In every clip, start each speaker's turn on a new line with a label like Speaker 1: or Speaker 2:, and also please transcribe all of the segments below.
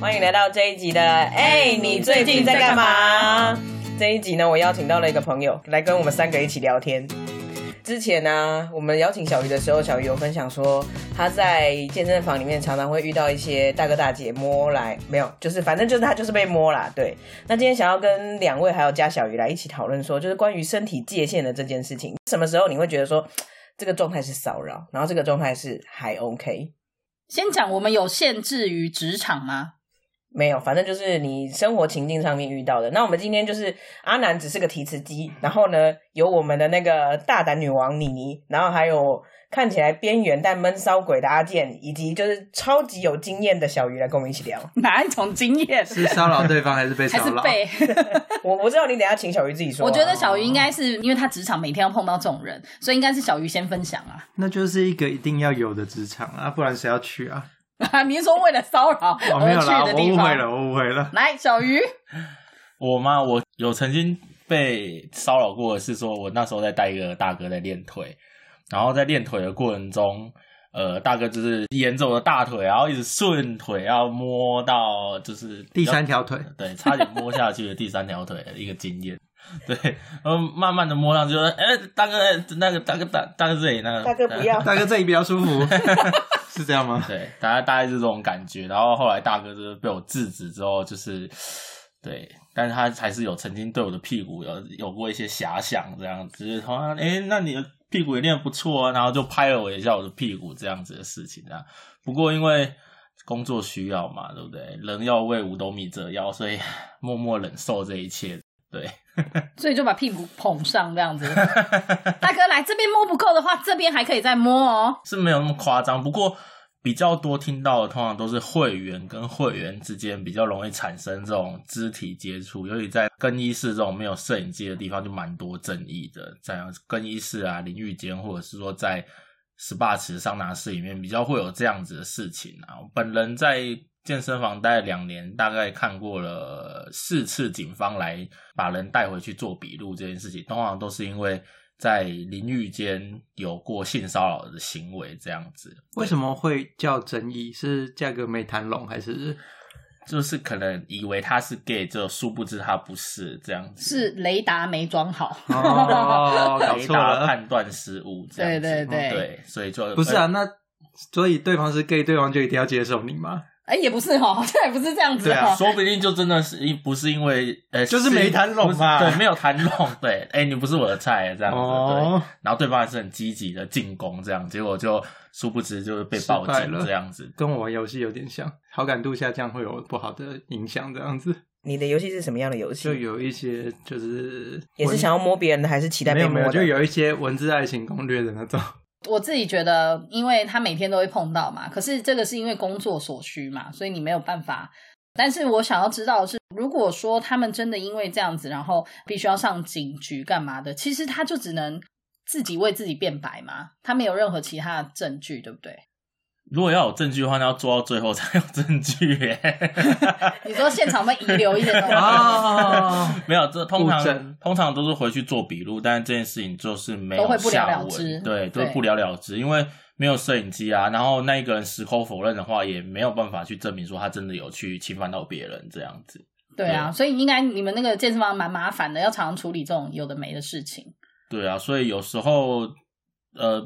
Speaker 1: 欢迎来到这一集的哎、你最近在干嘛？这一集呢，我邀请到了一个朋友来跟我们三个一起聊天。之前呢、我们邀请小鱼的时候，小鱼有分享说，他在健身房里面常常会遇到一些大哥大姐摸来，没有，就是反正就是他就是被摸啦。对，那今天想要跟两位还有加小鱼来一起讨论说，就是关于身体界限的这件事情，什么时候你会觉得说这个状态是骚扰，然后这个状态是还 OK？
Speaker 2: 先讲我们有限制于职场吗？
Speaker 1: 没有，反正就是你生活情境上面遇到的。那我们今天就是阿南只是个提词机，然后呢，有我们的那个大胆女王妮妮，然后还有看起来边缘但闷骚鬼的阿健，以及就是超级有经验的小鱼来跟我们一起聊。
Speaker 2: 哪一种经验？
Speaker 3: 是骚扰对方还是被
Speaker 2: 还
Speaker 3: 骚
Speaker 2: 是
Speaker 3: 扰？哦
Speaker 2: 被？
Speaker 1: 我我知道你等一下请小鱼自己说啊、
Speaker 2: 我觉得小鱼应该是因为他职场每天要碰到这种人，所以应该是小鱼先分享啊。
Speaker 3: 那就是一个一定要有的职场啊，不然谁要去啊？
Speaker 2: 你是说为了骚扰
Speaker 3: 哦，没
Speaker 2: 而
Speaker 3: 有
Speaker 2: 去
Speaker 3: 啦，
Speaker 2: 的
Speaker 3: 我
Speaker 2: 地
Speaker 3: 误
Speaker 2: 方？
Speaker 3: 会了，我误会了。
Speaker 2: 来，小鱼，
Speaker 4: 我吗？我有曾经被骚扰过的是说，我那时候在带一个大哥在练腿，然后在练腿的过程中，呃，大哥就是沿着我的大腿，然后一直顺腿要摸到就是
Speaker 3: 第三条腿，
Speaker 4: 对，差点摸下去的第三条腿的一个经验。对，然后慢慢的摸上去，哎、大哥，哎那个大哥大大哥这里那个
Speaker 1: 大哥不要，
Speaker 3: 大哥这里比较舒 服，是这样吗？
Speaker 4: 对，大概大概是这种感觉。然后后来大哥就是被我制止之后，就是对，但是他还是有曾经对我的屁股有有过一些遐想，这样子，就是好像哎，那你的屁股也练得不错啊，然后就拍了我一下我的屁股这样子的事情啊。不过因为工作需要嘛，对不对？人要为五斗米折腰，所以 默默忍受这一切。对，
Speaker 2: 所以就把屁股捧上这样 子。大哥来这边摸不够的话，这边还可以再摸哦。
Speaker 4: 是没有那么夸张，不过比较多听到的通常都是会员跟会员之间比较容易产生这种肢体接触，尤其在更衣室这种没有摄影机的地方就蛮多争议的，在更衣室啊、淋浴间或者是说在 SPA 池、桑拿室里面比较会有这样子的事情啊。我本人在健身房待了两年，大概看过了四次警方来把人带回去做笔录这件事情，通常都是因为在淋浴间有过性骚扰的行为这样子。
Speaker 3: 为什么会叫争议？是价格没谈拢，还是
Speaker 4: 就是可能以为他是 gay，就殊不知他不是这样子，
Speaker 2: 是雷达没装好。
Speaker 3: 哦，搞
Speaker 4: 雷
Speaker 3: 错
Speaker 4: 达
Speaker 3: 了？
Speaker 4: 判断失误这
Speaker 2: 对
Speaker 4: 样子。
Speaker 2: 对
Speaker 4: 嗯
Speaker 2: 对，
Speaker 4: 对，所以就
Speaker 3: 不是啊，
Speaker 4: 呃
Speaker 3: 那所以对方是 gay，对方就一定要接受你吗？
Speaker 2: 哎、也不是哦，这也不是这样子
Speaker 3: 对啊
Speaker 2: 哦。
Speaker 4: 说不定就真的是因不是因为呃，
Speaker 3: 就是没谈拢
Speaker 4: 不是
Speaker 3: 嘛
Speaker 4: 对，没有谈拢，对，哎、你不是我的菜这样子，对。
Speaker 3: 哦，
Speaker 4: 然后对方还是很积极的进攻，这样结果就殊不知就是被报
Speaker 3: 失败
Speaker 4: 警
Speaker 3: 了
Speaker 4: 这样子。
Speaker 3: 跟我玩游戏有点像，好感度下降会有不好的影响，这样子
Speaker 1: 你的游戏是什么样的游
Speaker 3: 就
Speaker 1: 戏？
Speaker 3: 有一些就是
Speaker 1: 也是
Speaker 3: 文
Speaker 1: 想要摸别人的，还是期待
Speaker 3: 没
Speaker 1: 被
Speaker 3: 有
Speaker 1: 摸
Speaker 3: 没有，
Speaker 1: 的？
Speaker 3: 就有一些文字爱情攻略的 那种。
Speaker 2: 我自己觉得，因为他每天都会碰到嘛，可是这个是因为工作所需嘛，所以你没有办法。但是我想要知道的是，如果说他们真的因为这样子，然后必须要上警局干嘛的，其实他就只能自己为自己辩白嘛，他没有任何其他的证据，对不对？
Speaker 4: 如果要有证据的话，那要做到最后才有证据 耶。
Speaker 2: 你说现场会遗留一些东西，
Speaker 3: 哦，
Speaker 4: 没有，这通
Speaker 3: 物证
Speaker 4: 常通常都是回去做笔录，但是这件事情就是没
Speaker 2: 都会
Speaker 4: 有
Speaker 2: 不了
Speaker 4: 下
Speaker 2: 了
Speaker 4: 文，
Speaker 2: 之
Speaker 4: 对，都是
Speaker 2: 对
Speaker 4: 不了了之，因为没有摄影机啊。然后那一个人矢口否认的话，也没有办法去证明说他真的有去侵犯到别人这样子。
Speaker 2: 对啊，
Speaker 4: 对
Speaker 2: 所以应该你们那个健身房蛮麻烦的，要常常处理这种有的没的事情。
Speaker 4: 对啊，所以有时候呃，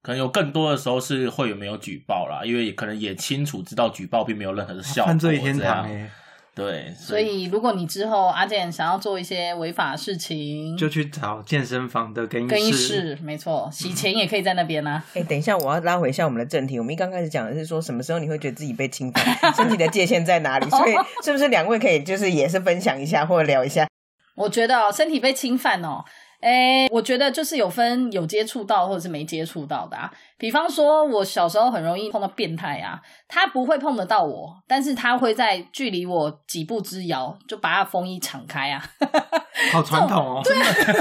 Speaker 4: 可能有更多的时候是会员没有举报啦，因为也可能也清楚知道举报并没有任何的效果，
Speaker 3: 犯罪天
Speaker 4: 这
Speaker 3: 堂
Speaker 4: 样
Speaker 3: 哎，
Speaker 4: 对，
Speaker 2: 所以如果你之后阿健想要做一些违法的事情，
Speaker 3: 就去找健身房的更
Speaker 2: 更衣
Speaker 3: 衣室。
Speaker 2: 室，没错，洗钱也可以在那边啊。
Speaker 1: 哎、等一下，我要拉回一下我们的正题。我们一刚开始讲的是说，什么时候你会觉得自己被侵犯，身体的界限在哪里？所以，是不是两位可以就是也是分享一下或者聊一下？
Speaker 2: 我觉得哦，身体被侵犯哦，哎，我觉得就是有分有接触到或者是没接触到的啊。比方说，我小时候很容易碰到变态啊，他不会碰得到我，但是他会在距离我几步之遥就把他风衣敞开啊。
Speaker 3: 好传统哦，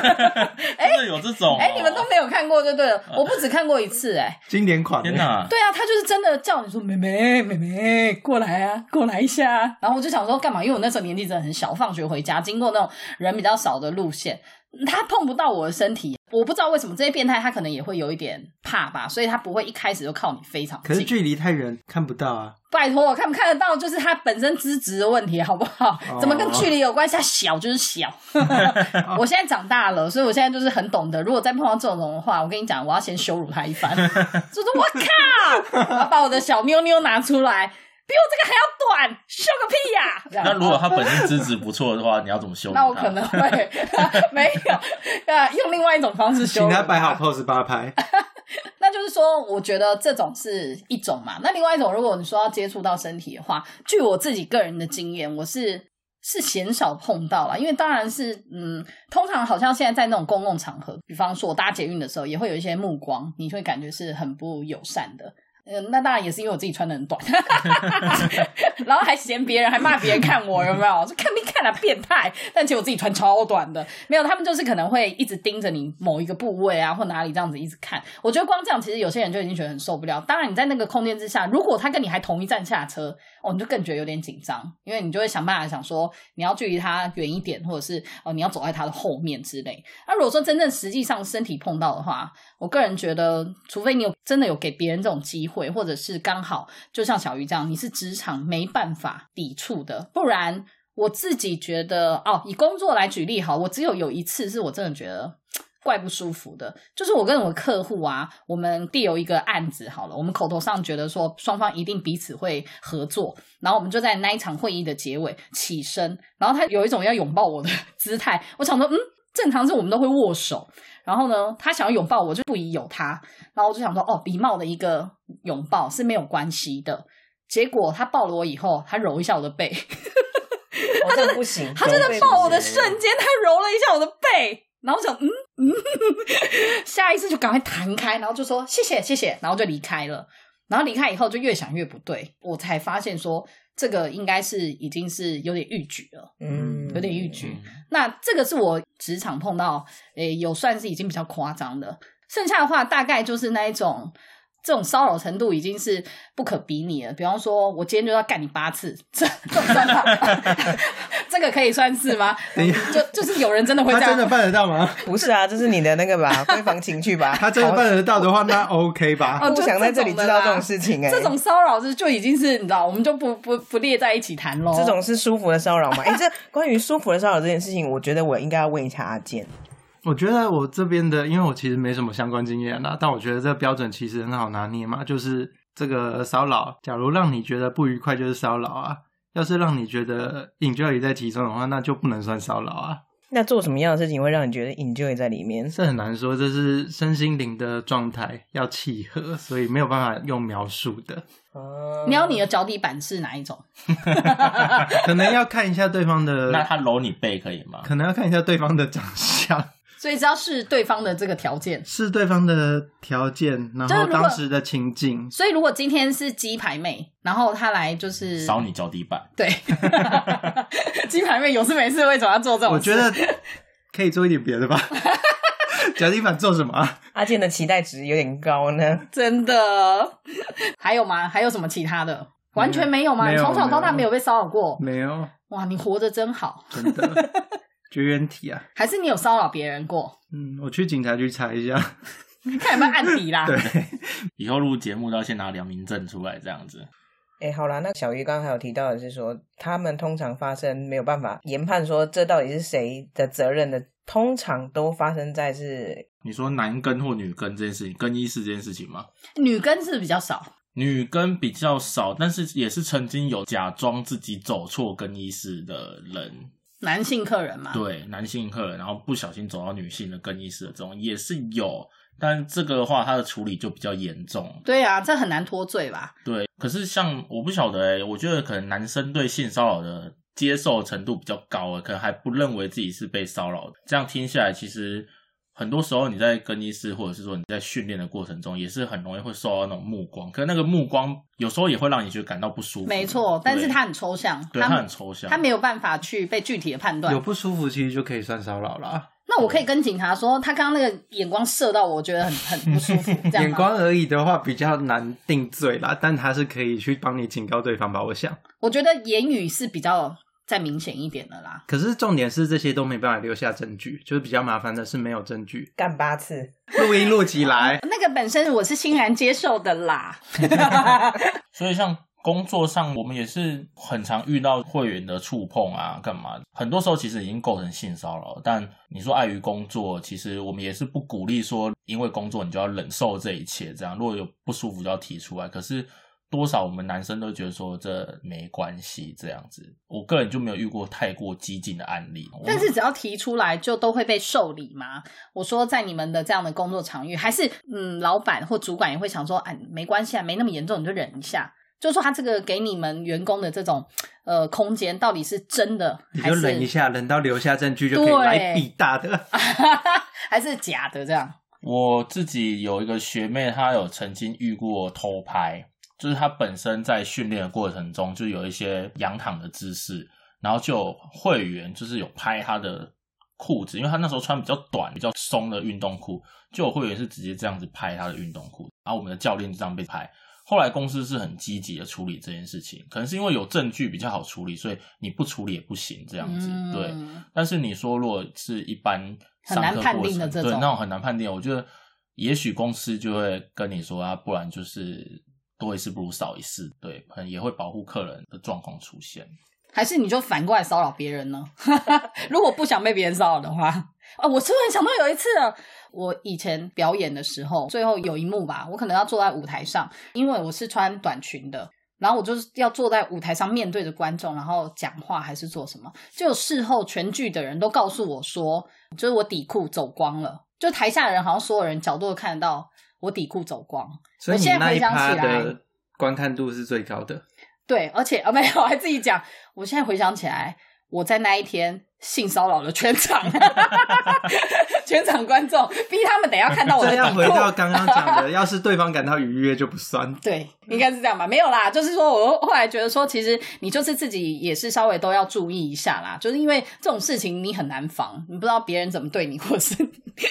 Speaker 4: 真的有这种、哦，
Speaker 2: 哎，你们都没有看过就对了，我不止看过一次哎、
Speaker 3: 经典款。欸
Speaker 4: 天，哪，
Speaker 2: 对啊，他就是真的叫你说妹妹妹妹过来啊，过来一下啊。然后我就想说干嘛？因为我那时候年纪真的很小，放学回家经过那种人比较少的路线，他碰不到我的身体，我不知道为什么这些变态他可能也会有一点怕吧，所以他不会一开始就靠你非常
Speaker 3: 可是
Speaker 2: 近。
Speaker 3: 距离太远，看不到啊。
Speaker 2: 拜托，看不看得到就是他本身资质的问题，好不好？
Speaker 3: 哦
Speaker 2: 怎么跟距离有关系？他小就是小。 我现在长大了，所以我现在就是很懂得。如果再碰到这种的话，我跟你讲，我要先羞辱他一番。 就是我靠，我要把我的小妞妞拿出来，比我这个还要短，羞个屁呀、这样
Speaker 4: 那如果他本身资质不错的话，你要怎么修理他？
Speaker 2: 那我可能会 没有， 啊，用另外一种方式羞
Speaker 3: 请
Speaker 2: 辱
Speaker 3: 他摆好 pose 八拍，
Speaker 2: 那就是说，我觉得这种是一种嘛。那另外一种，如果你说要接触到身体的话，据我自己个人的经验，我是是鲜少碰到啦，因为当然是嗯，通常好像现在在那种公共场合，比方说我搭捷运的时候，也会有一些目光，你会感觉是很不友善的。嗯，那当然也是因为我自己穿的很短，然后还嫌别人，还骂别人看我有没 有？说看没看啊，变态！但其实我自己穿超短的，没有，他们就是可能会一直盯着你某一个部位啊，或哪里这样子一直看。我觉得光这样，其实有些人就已经觉得很受不了。当然，你在那个空间之下，如果他跟你还同一站下车，哦，你就更觉得有点紧张，因为你就会想办法想说你要距离他远一点，或者是哦你要走在他的后面之类。那如果说真正实际上身体碰到的话，我个人觉得，除非你有真的有给别人这种机会，或者是刚好就像小鱼这样，你是职场没办法抵触的，不然我自己觉得哦，以工作来举例好，我只有有一次是我真的觉得。怪不舒服的，就是我跟我客户啊，我们递有一个案子好了，我们口头上觉得说双方一定彼此会合作，然后我们就在那一场会议的结尾起身，然后他有一种要拥抱我的 姿态，我想说，嗯，正常是我们都会握手，然后呢，他想要拥抱我就不宜有他，然后我就想说，哦，礼貌的一个拥抱是没有关系的。结果他抱了我以后，他揉一下我的背，
Speaker 1: 哦这样不行，
Speaker 2: 他真的抱我的瞬
Speaker 1: 瞬，
Speaker 2: 间，他揉了一下我的背，然后我想，嗯嗯， 下一次就赶快弹开，然后就说谢谢谢谢，然后就离开了。然后离开以后就越想越不对，我才发现说这个应该是已经是有点逾矩了。
Speaker 1: 嗯
Speaker 2: 有点逾矩
Speaker 4: 嗯
Speaker 2: 那这个是我职场碰到，诶、有算是已经比较夸张的。剩下的话，大概就是那一种，这种骚扰程度已经是不可比拟了。比方说，我今天就要干你八次，这这种算法， 这个可以算是吗？嗯
Speaker 3: 等一下
Speaker 2: 就就是有人真的 会
Speaker 3: 他
Speaker 2: 这
Speaker 3: 真的
Speaker 2: 样。
Speaker 3: 办得到吗？
Speaker 1: 不是啊，这是你的那个 吧，闺房情趣吧？
Speaker 3: 他真的办得到的话，那 OK 吧？
Speaker 2: 哦
Speaker 1: 不
Speaker 2: 就
Speaker 1: 想在这里知道这种事情哎、
Speaker 2: 这种骚扰是就已经是你知道，我们就不不不列在一起谈喽。
Speaker 1: 这种是舒服的骚扰吗？哎、这关于舒服的骚扰这件事情，我觉得我应该要问一下阿健。
Speaker 3: 我觉得我这边的，因为我其实没什么相关经验啦，但我觉得这标准其实很好拿捏嘛，就是这个骚扰，假如让你觉得不愉快就是骚扰啊，要是让你觉得 enjoy 在其中的话，那就不能算骚扰啊。
Speaker 1: 那做什么样的事情会让你觉得 enjoy 在里面？
Speaker 3: 这很难说，这是身心灵的状态要契合，所以没有办法用描述的，
Speaker 2: 你要你的脚底板是哪一种？
Speaker 3: 可能要看一下对 方的，
Speaker 4: 那他揉你背可以吗？
Speaker 3: 呃可能要看一下对方的长相，
Speaker 2: 所以只要是对方的这个条件。
Speaker 3: 是对方的条件，然
Speaker 2: 就是
Speaker 3: 后
Speaker 2: 如果
Speaker 3: 当时的情境，
Speaker 2: 所以如果今天是鸡排妹，然后她来就是
Speaker 4: 扫你脚底板，
Speaker 2: 对， 鸡排妹有事没事为什么要做这种事？
Speaker 3: 我觉得可以做一点别的吧。 脚底板做什么啊？
Speaker 1: 阿健的期待值有点高呢。
Speaker 2: 真的。还有吗？还有什么其他的？完全没有吗？
Speaker 3: 没
Speaker 2: 你
Speaker 3: 有
Speaker 2: 从小到大没
Speaker 3: 没
Speaker 2: 有
Speaker 3: 有
Speaker 2: 被骚扰过？
Speaker 3: 没有，
Speaker 2: 哇，你活着真好。
Speaker 3: 真 的绝缘体啊。
Speaker 2: 还是你有骚扰别人过？
Speaker 3: 嗯，我去警察局查一下。
Speaker 2: 你看有没有案底啦？
Speaker 3: 对，
Speaker 4: 以后录节目都要先拿良民证出来，这样子。
Speaker 1: 哎、好啦，那小鱼刚刚还有提到的是说，他们通常发生没有办法研判说这到底是谁的责任的，通常都发生在是
Speaker 4: 你说男根或女根这件事情，更衣室这件事情吗？
Speaker 2: 女根是不是比较少？
Speaker 4: 女根比较少，但是也是曾经有假装自己走错更衣室的人，
Speaker 2: 男性客人嘛，
Speaker 4: 对男性客人，然后不小心走到女性的更衣室的这种也是有，但这个的话，它的处理就比较严重。
Speaker 2: 对啊，这很难脱罪吧？
Speaker 4: 对，可是像我不晓得、欸，我觉得可能男生对性骚扰的接受程度比较高、欸，可能还不认为自己是被骚扰的。这样听下来，其实很多时候你在更衣室，或者是说你在训练的过程中，也是很容易会受到那种目光，可是那个目光有时候也会让你觉得感到不舒服。
Speaker 2: 没错，但是
Speaker 4: 对
Speaker 2: 它很抽象，
Speaker 4: 对他很抽象，
Speaker 2: 他没有办法去被具体的判断
Speaker 3: 有。不舒服其实就可以算骚扰啦，
Speaker 2: 那我可以跟警察说，他刚刚那个眼光射到我，我觉得很很不舒服，这样吗
Speaker 3: 眼光而已的话比较难定罪啦，但他是可以去帮你警告对方吧？我想，
Speaker 2: 我觉得言语是比较再明显一点的啦。。
Speaker 3: 可是重点是这些都没办法留下证据，就是比较麻烦的是没有证据，
Speaker 1: 干八次，
Speaker 3: 录音录起来
Speaker 2: 那个本身我是欣然接受的 啦。
Speaker 4: 所以像工作上，我们也是很常遇到会员的触碰啊，干嘛？很多时候其实已经构成性骚扰了，但你说碍于工作，其实我们也是不鼓励说，因为工作你就要忍受这一切，这样如果有不舒服就要提出来。可是。多少我们男生都觉得说这没关系这样子，我个人就没有遇过太过激进的案例。我
Speaker 2: 但是只要提出来，就都会被受理吗？我说，在你们的这样的工作场域，还是嗯，老板或主管也会想说，哎，没关系啊，没那么严重，你就忍一下。就说他这个给你们员工的这种呃空间，到底是真的
Speaker 3: 你
Speaker 2: 还
Speaker 3: 就是忍一下，忍到留下证据就可以
Speaker 2: 对
Speaker 3: 来比大的。
Speaker 2: 还是假的这样？
Speaker 4: 我自己有一个学妹，她有曾经遇过偷拍，就是她本身在训练的过程中就有一些仰躺的姿势，然后就有会员就是有拍她的裤子，因为她那时候穿比较短、比较松的运动裤，就有会员是直接这样子拍她的运动裤，然后我们的教练就这样被拍。后来公司是很积极的处理这件事情，可能是因为有证据比较好处理，所以你不处理也不行这
Speaker 2: 这
Speaker 4: 样子，对。
Speaker 2: 嗯
Speaker 4: 但是你说，如果是一般
Speaker 2: 很难
Speaker 4: 上课
Speaker 2: 判
Speaker 4: 过
Speaker 2: 定的
Speaker 4: 程
Speaker 2: 这
Speaker 4: 对
Speaker 2: 种
Speaker 4: 那种很难判定。我觉得，也许公司就会跟你说啊，不然就是多一事不如少一事，对，可能也会保护客人的状况出现。
Speaker 2: 还是你就反过来骚扰别人呢？ 如果不想被别人骚扰的话，啊，我突然想到有一次啊，我以前表演的时候，最后有一幕吧，我可能要坐在舞台上，因为我是穿短裙的，然后我就是要坐在舞台上面对着观众，然后讲话还是做什么，就事后全剧的人都告诉我说，就是我底裤走光了，就台下的人好像所有人角度都看得到我底裤走光，
Speaker 3: 所以你
Speaker 2: 我现在
Speaker 3: 那
Speaker 2: 回
Speaker 3: 一
Speaker 2: 想
Speaker 3: 趴
Speaker 2: 起来
Speaker 3: 的观看度是最高的。
Speaker 2: 对，而且啊，没有，我还自己讲。我现在回想起来，我在那一天性骚扰了全场， 全场观众，逼他们等一下看到我的
Speaker 3: 这样回哦到
Speaker 2: 底裤。
Speaker 3: 刚刚讲的，要是对方感到愉悦就不算。
Speaker 2: 对，应该是这样吧？没有啦，就是说我后来觉得说，其实你就是自己也是稍微都要注意一下啦，就是因为这种事情你很难防，你不知道别人怎么对你，或是
Speaker 1: 你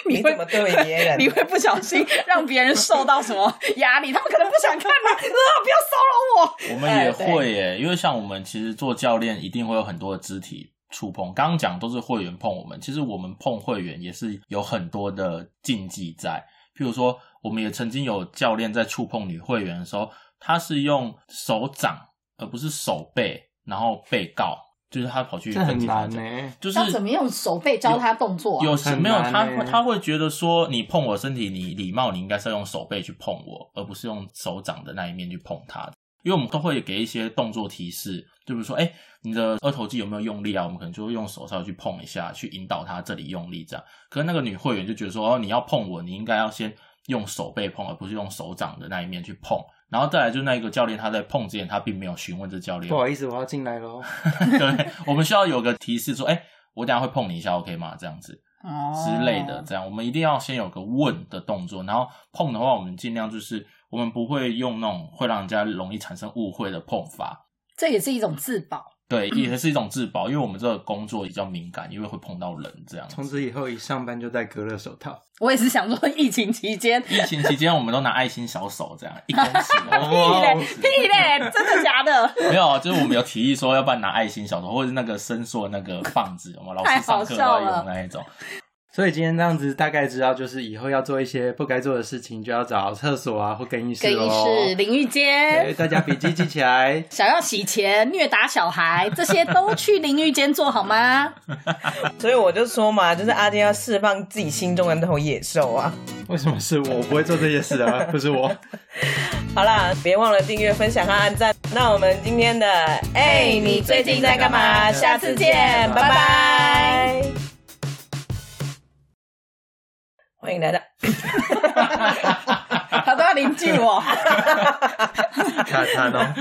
Speaker 2: 你
Speaker 1: 怎
Speaker 2: 会
Speaker 1: 么对别人？
Speaker 2: 你会不小心让别人受到什么压力，他们可能不想看嘛，啊，不要骚扰我。
Speaker 4: 我们
Speaker 2: 哎
Speaker 4: 也
Speaker 2: 对
Speaker 4: 会耶、因为像我们其实做教练，一定会有很多的肢体触碰。刚刚讲都是会员碰我们，其实我们碰会员也是有很多的禁忌在。譬如说，我们也曾经有教练在触碰女会员的时候，他是用手掌而不是手背，然后被告，就是他跑去
Speaker 3: 这很
Speaker 4: 跟警察
Speaker 3: 难呢、欸
Speaker 4: 讲，就是
Speaker 2: 要怎么用手背教他动作、啊？
Speaker 4: 有时
Speaker 3: 很
Speaker 4: 没有
Speaker 3: 难
Speaker 4: 他
Speaker 3: 欸
Speaker 4: 会他会觉得说你碰我身体，你礼貌你应该是要用手背去碰我，而不是用手掌的那一面去碰它。因为我们都会给一些动作提示，就比如说，哎、你的二头肌有没有用力啊？我们可能就会用手稍微去碰一下，去引导他这里用力这样。可是那个女会员就觉得说，哦，你要碰我，你应该要先用手背碰，而不是用手掌的那一面去碰。然后再来就是那一个教练，他在碰之前，他并没有询问这教练
Speaker 3: 不好意思，我要进来喽。
Speaker 4: 对，我们需要有个提示说，哎、我等一下会碰你一下，OK 吗？这样子。
Speaker 2: 哦
Speaker 4: 之类的，这样我们一定要先有个问的动作，然后碰的话，我们尽量就是我们不会用那种会让人家容易产生误会的碰法，
Speaker 2: 这也是一种自保。
Speaker 4: 对，也是一种自保，因为我们这个工作比较敏感，因为会碰到人这样。
Speaker 3: 从此以后，一上班就戴隔热手套。
Speaker 2: 我也是想说，疫情期间，
Speaker 4: 疫情期间，我们都拿爱心小手这样一公 尺
Speaker 3: 哇
Speaker 4: 哦，一公尺
Speaker 2: 屁嘞，真的假 的？
Speaker 4: 没有啊，就是我们有提议说，要不然拿爱心小手，或者是那个伸缩的那个棒子，我们老
Speaker 2: 太
Speaker 4: 师
Speaker 2: 好
Speaker 4: 上课都
Speaker 2: 笑
Speaker 4: 要
Speaker 2: 了
Speaker 4: 用那一种。
Speaker 3: 所以今天这样子大概知道，就是以后要做一些不该做的事情，就要找厕所啊或更衣室
Speaker 2: 更衣室、
Speaker 3: 哦。
Speaker 2: 淋浴
Speaker 3: 对，
Speaker 4: 哎
Speaker 2: 间，。
Speaker 3: 大家笔记记起来
Speaker 2: 想要洗钱、虐打小孩，这些都去淋浴间做好吗？
Speaker 1: 所以我就说嘛，就是阿坚要释放自己心中的那头野兽啊。
Speaker 3: 为什么是我？我不会做这些事啊，不是我。
Speaker 1: 好啦，别忘了订阅、分享和按赞。那我们今天的哎、你最近在干嘛？下次见，拜拜。欢迎来到，
Speaker 2: 他都要临近我。
Speaker 3: 卡卡哦。